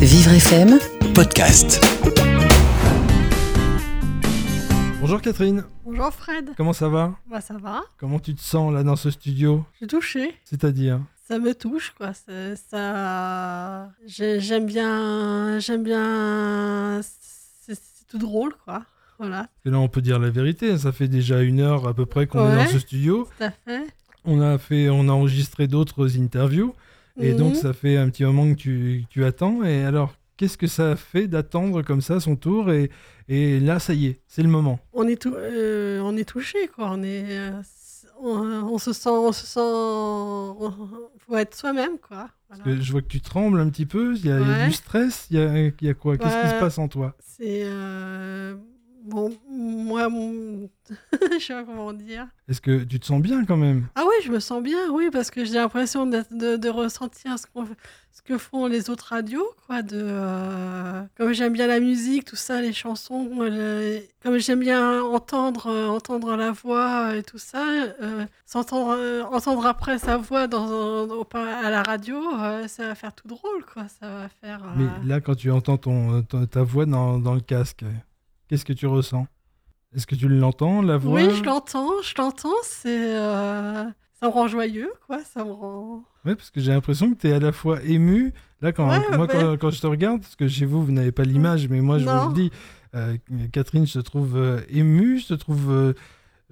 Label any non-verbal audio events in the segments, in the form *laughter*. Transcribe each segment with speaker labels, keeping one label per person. Speaker 1: Vivre FM,
Speaker 2: podcast.
Speaker 3: Bonjour Catherine,
Speaker 4: Bonjour Fred,
Speaker 3: comment ça va
Speaker 4: bah ça va,
Speaker 3: Comment tu te sens là dans ce studio
Speaker 4: je suis touchée,
Speaker 3: C'est-à-dire
Speaker 4: ça me touche quoi, C'est- ça, j'ai- j'aime bien, j'aime bien, c'est c'est tout drôle quoi, voilà,
Speaker 3: Parce que là on peut dire la vérité, ça fait déjà une heure à peu près qu'on est
Speaker 4: Ouais.
Speaker 3: dans ce studio.
Speaker 4: tout à fait.
Speaker 3: On a, fait, on a enregistré d'autres interviews et
Speaker 4: Mhm.
Speaker 3: donc ça fait un petit moment que tu, que tu attends. Et alors qu'est-ce que ça fait d'attendre comme ça son tour et, et là ça y est, c'est le moment.
Speaker 4: on est tou- euh, on est touché quoi, on est, euh, s- on, on se sent, on se sent, on- faut être soi-même quoi.
Speaker 3: Parce
Speaker 4: Voilà.
Speaker 3: que je vois que tu trembles un petit peu, il y a, il y a
Speaker 4: Ouais.
Speaker 3: du stress, il y a, il y a quoi Qu'est-ce qui se
Speaker 4: Ouais.
Speaker 3: passe en toi
Speaker 4: C'est euh, bon, moi, *laughs* mon- je sais pas comment dire.
Speaker 3: Est-ce que tu te sens bien quand même
Speaker 4: Ah oui, je me sens bien, oui, parce que j'ai l'impression d'être- de, de ressentir ce, qu'on- ce que font les autres radios, quoi. De, euh, comme j'aime bien la musique, tout ça, les chansons, euh, les- comme j'aime bien entendre, euh, entendre la voix euh, et tout ça, euh, s'entendre, euh, entendre après sa voix dans, un- au pa- à la radio, euh, ça va faire tout drôle, quoi. Ça va faire. euh,
Speaker 3: Mais là, quand tu entends ton, ton- ta voix dans, dans le casque, qu'est-ce que tu ressens Est-ce que tu l'entends, la voix
Speaker 4: Oui, je l'entends, je l'entends, c'est. euh, Ça me rend joyeux, quoi. Ça me rend.
Speaker 3: Ouais, parce que j'ai l'impression que tu es à la fois ému. Là, quand,
Speaker 4: Ouais,
Speaker 3: moi,
Speaker 4: ouais.
Speaker 3: quand, quand je te regarde, parce que chez vous, vous n'avez pas l'image, mais moi, je
Speaker 4: Non.
Speaker 3: vous le dis, euh, Catherine, je te trouve euh, émue, je te trouve euh,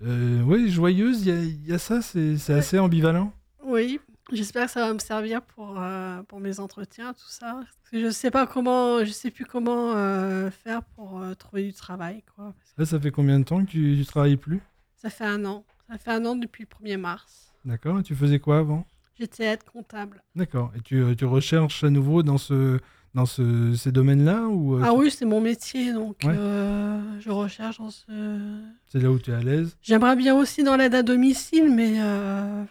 Speaker 3: euh, ouais, joyeuse. Il y a, il y a ça, c'est c'est assez ambivalent.
Speaker 4: Oui, j'espère que ça va me servir pour, euh, pour mes entretiens, tout ça. Parce que Je sais pas comment, je sais plus comment euh, faire pour euh, trouver du travail, quoi. Parce que
Speaker 3: Là, ça fait combien de temps que tu, tu travailles plus
Speaker 4: Ça fait un an, ça fait un an depuis le 1er mars.
Speaker 3: D'accord Et Tu faisais quoi avant
Speaker 4: J'étais aide comptable.
Speaker 3: D'accord. Et tu, euh, tu recherches à nouveau dans, ce, dans ce, ces domaines-là ou euh,
Speaker 4: Ah
Speaker 3: tu-
Speaker 4: oui, c'est mon métier, donc
Speaker 3: Ouais.
Speaker 4: euh, je recherche dans ce.
Speaker 3: c'est là où tu es à l'aise
Speaker 4: J'aimerais bien aussi dans l'aide à domicile, mais euh,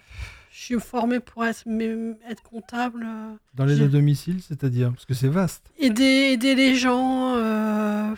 Speaker 4: je suis formée pour être, mais être comptable. euh,
Speaker 3: Dans l'aide
Speaker 4: Je-
Speaker 3: à domicile, c'est-à-dire Parce que c'est vaste.
Speaker 4: aider, aider les gens, euh,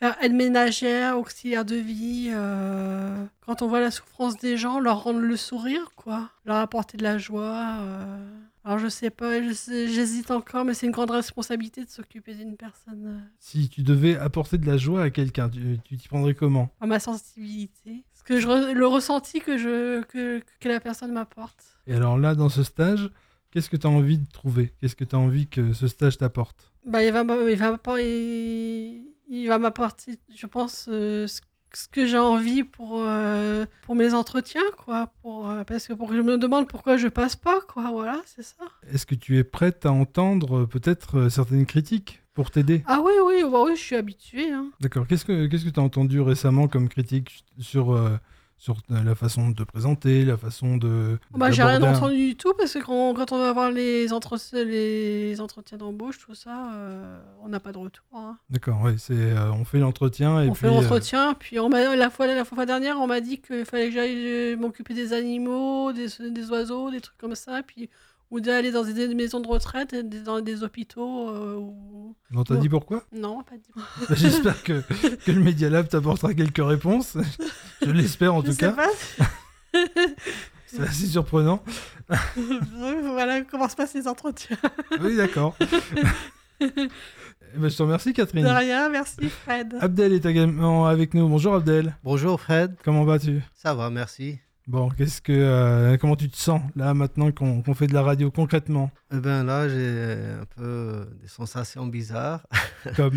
Speaker 4: faire aide ménagère, auxiliaire de vie. euh, quand on voit la souffrance des gens, leur rendre le sourire, quoi. Leur apporter de la joie. euh. Alors je sais pas, je sais- j'hésite encore, mais c'est une grande responsabilité de s'occuper d'une personne. euh,
Speaker 3: Si tu devais apporter de la joie à quelqu'un, tu tu t'y prendrais comment
Speaker 4: par ma sensibilité. Parce que je re- le ressenti que, je, que, que la personne m'apporte.
Speaker 3: Et alors là, dans ce stage, qu'est-ce que tu as envie de trouver Qu'est-ce que tu as envie que ce stage t'apporte
Speaker 4: Bah, il va m'a- il va m'appor- il- il va m'apporter, je pense, euh, ce ce que j'ai envie pour, euh, pour mes entretiens, quoi. Pour, euh, parce que pour que je me demande pourquoi je passe pas, quoi. Voilà, c'est ça.
Speaker 3: Est-ce que tu es prête à entendre euh, peut-être euh, certaines critiques pour t'aider
Speaker 4: Ah oui, oui, bah oui, je suis habituée. hein.
Speaker 3: D'accord. Qu'est-ce que tu as entendu récemment comme critique sur, euh, sur euh, la façon de te présenter, la façon de...
Speaker 4: Bah, j'ai rien
Speaker 3: d'aborder un-
Speaker 4: entendu du tout parce que quand, quand on va avoir les, entre- les entretiens d'embauche, tout ça, euh, on n'a pas de retour. hein.
Speaker 3: D'accord, oui. c'est, euh, on fait l'entretien et
Speaker 4: on
Speaker 3: puis...
Speaker 4: fait
Speaker 3: euh,
Speaker 4: l'entretien, puis on m'a- la, fois, la fois dernière, on m'a dit qu'il fallait que j'aille euh, m'occuper des animaux, des, des oiseaux, des trucs comme ça, puis ou d'aller dans des maisons de retraite, et des- dans des hôpitaux. euh, ou-
Speaker 3: on t'a dit pourquoi
Speaker 4: Non, pas dit.
Speaker 3: Bah, *laughs* J'espère que, que le Media Lab t'apportera quelques réponses. Je l'espère en
Speaker 4: Je
Speaker 3: tout
Speaker 4: sais
Speaker 3: cas.
Speaker 4: pas. *laughs*
Speaker 3: C'est assez surprenant.
Speaker 4: voilà comment se passent les entretiens.
Speaker 3: Oui, d'accord.
Speaker 4: *laughs*
Speaker 3: Eh ben, je te remercie,
Speaker 4: De
Speaker 3: Catherine.
Speaker 4: rien, merci Fred.
Speaker 3: Abdel est également avec nous. Bonjour, Abdel.
Speaker 5: Bonjour Fred,
Speaker 3: Comment vas-tu
Speaker 5: ça va, merci.
Speaker 3: Bon, qu'est-ce que, euh, comment tu te sens là maintenant qu'on qu'on fait de la radio concrètement
Speaker 5: Eh bien là, j'ai un peu des sensations bizarres. *laughs*
Speaker 3: Comme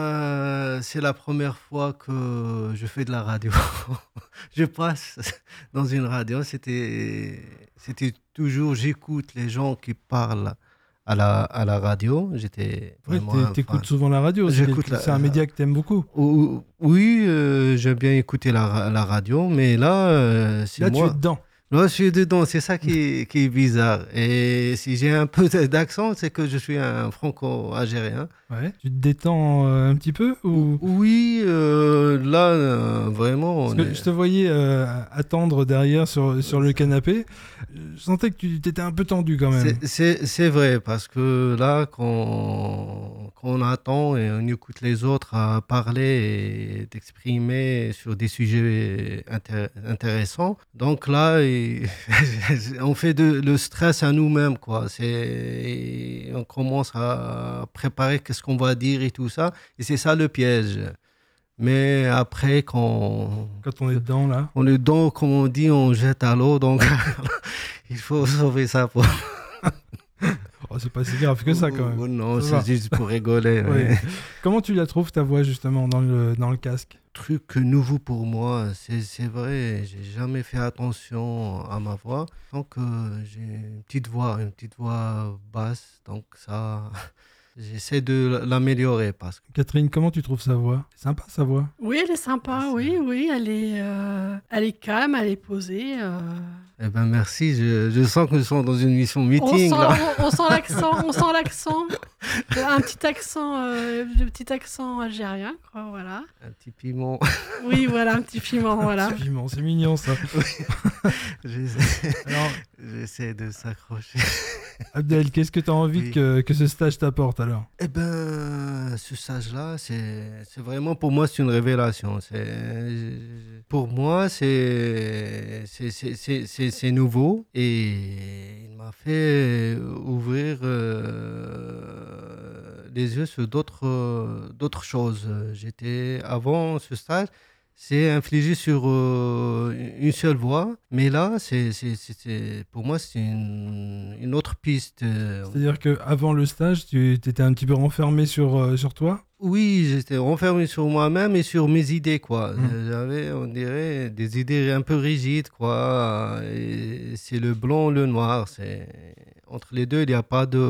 Speaker 5: Euh, c'est la première fois que je fais de la radio. *laughs* je passe dans une radio, c'était, c'était toujours j'écoute les gens qui parlent à la, à la radio. J'étais
Speaker 3: ouais,
Speaker 5: vraiment.
Speaker 3: t'é-
Speaker 5: un fan.
Speaker 3: t'écoutes souvent la radio. c'est
Speaker 5: J'écoute
Speaker 3: quelque-
Speaker 5: la-
Speaker 3: C'est un média que t'aimes beaucoup.
Speaker 5: Ou- Oui, euh, j'aime bien écouter la, ra- la radio, mais là, euh, c'est
Speaker 3: Là,
Speaker 5: moi.
Speaker 3: tu es dedans.
Speaker 5: Là, je suis dedans, c'est ça qui, qui est bizarre. Et si j'ai un peu d'accent, c'est que je suis un franco-algérien.
Speaker 3: Ouais. Tu te détends euh, un petit peu ou
Speaker 5: Oui, euh, là, euh, vraiment.
Speaker 3: Parce
Speaker 5: on
Speaker 3: que
Speaker 5: est-
Speaker 3: je te voyais euh, attendre derrière sur, sur le canapé. Je sentais que tu étais un peu tendu quand même.
Speaker 5: C'est- C'est c'est vrai, parce que là, quand, quand on attend et on écoute les autres à parler et d'exprimer sur des sujets intér- intéressants. Donc là, et- *laughs* on fait de- le stress à nous-mêmes, quoi. C'est, et on commence à préparer qu'est-ce qu'on va dire et tout ça. Et c'est ça le piège. Mais après, quand
Speaker 3: Quand on est dedans, là.
Speaker 5: on est dans, comme on dit, on jette à l'eau, donc *laughs* il faut sauver ça pour.
Speaker 3: Oh, c'est pas si grave que ça, quand même.
Speaker 5: Oh non,
Speaker 3: Ça va.
Speaker 5: c'est juste pour
Speaker 3: *laughs*
Speaker 5: rigoler.
Speaker 3: Ouais.
Speaker 5: ouais.
Speaker 3: Comment tu la trouves, ta voix, justement, dans le, dans le casque
Speaker 5: Truc nouveau pour moi, c'est c'est vrai, j'ai jamais fait attention à ma voix. Donc euh, j'ai une petite voix, une petite voix basse, donc ça, *laughs* j'essaie de l'améliorer parce que
Speaker 3: Catherine, comment tu trouves sa voix Sympa, sa voix.
Speaker 4: Oui, elle est sympa,
Speaker 5: Merci.
Speaker 4: oui, oui, elle est, euh, elle est calme, elle est posée. euh.
Speaker 5: Eh ben merci, je, je sens que nous sommes dans une mission
Speaker 4: On,
Speaker 5: meeting.
Speaker 4: sent,
Speaker 5: là.
Speaker 4: on, on sent l'accent, on sent l'accent, un petit accent, euh, le petit accent algérien, quoi, voilà.
Speaker 5: Un petit piment. *laughs*
Speaker 4: Oui, voilà, un petit piment, voilà.
Speaker 3: C'est piment, c'est mignon, ça.
Speaker 5: J'essaie
Speaker 3: Alors,
Speaker 5: j'essaie de s'accrocher.
Speaker 3: Abdel, qu'est-ce que tu as envie
Speaker 5: Oui.
Speaker 3: que, que ce stage t'apporte, alors
Speaker 5: Eh ben, ce stage-là, c'est c'est vraiment pour moi, c'est une révélation. C'est- Pour moi, c'est c'est- c'est- c'est- c'est- c'est nouveau et il m'a fait ouvrir euh, les yeux sur d'autres euh, d'autres choses. J'étais avant ce stage. C'est infligé sur euh, une seule voie, mais là, c'est c'est- c'est- c'est- pour moi, c'est une, une autre piste. euh,
Speaker 3: C'est-à-dire qu'avant le stage, tu étais un petit peu renfermé sur, euh, sur toi
Speaker 5: Oui, j'étais renfermé sur moi-même et sur mes idées, quoi.
Speaker 3: Mm.
Speaker 5: Euh, J'avais, on dirait, des idées un peu rigides, quoi. Et C'est le blanc, le noir. C'est entre les deux, il n'y a pas de.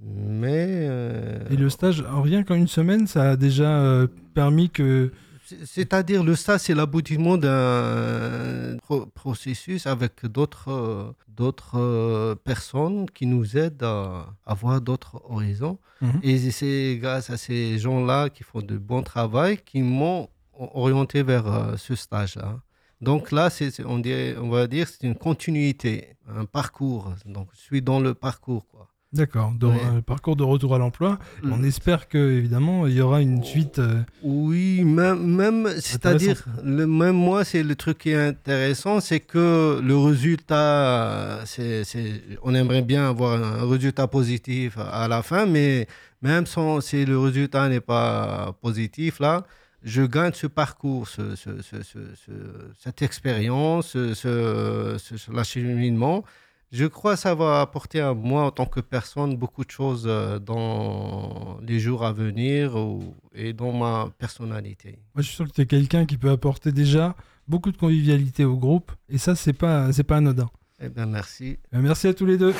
Speaker 5: Mais euh,
Speaker 3: Et le stage, en rien qu'en une semaine, ça a déjà euh, permis que.
Speaker 5: c'est- c'est-à-dire le ça, c'est l'aboutissement d'un pro- processus avec d'autres, euh, d'autres euh, personnes qui nous aident à avoir d'autres horizons.
Speaker 3: Mhm.
Speaker 5: Et c'est grâce à ces gens-là qui font de bons travail qui m'ont orienté vers euh, ce stage-là. Donc là, c'est, c'est- on, dirait, on va dire c'est une continuité, un parcours. Donc je suis dans le parcours. Quoi.
Speaker 3: D'accord, dans
Speaker 5: Ouais.
Speaker 3: le parcours de retour à l'emploi. On espère que, évidemment, il y aura une suite. euh,
Speaker 5: Oui, même, même c'est-à-dire, le même moi, c'est le truc qui est intéressant, c'est que le résultat, c'est, c'est- on aimerait bien avoir un résultat positif à la fin, mais même sans- si le résultat n'est pas positif, là, je gagne ce parcours, ce- ce- ce- ce- ce- cette expérience, ce, ce, ce- ce- l'acheminement. Je crois que ça va apporter à moi, en tant que personne, beaucoup de choses euh, dans les jours à venir ou- et dans ma personnalité.
Speaker 3: Moi, je suis sûr que tu es quelqu'un qui peut apporter déjà beaucoup de convivialité au groupe. Et ça, c'est pas, c'est pas anodin.
Speaker 5: Eh bien, merci.
Speaker 3: Euh, Merci à tous les deux.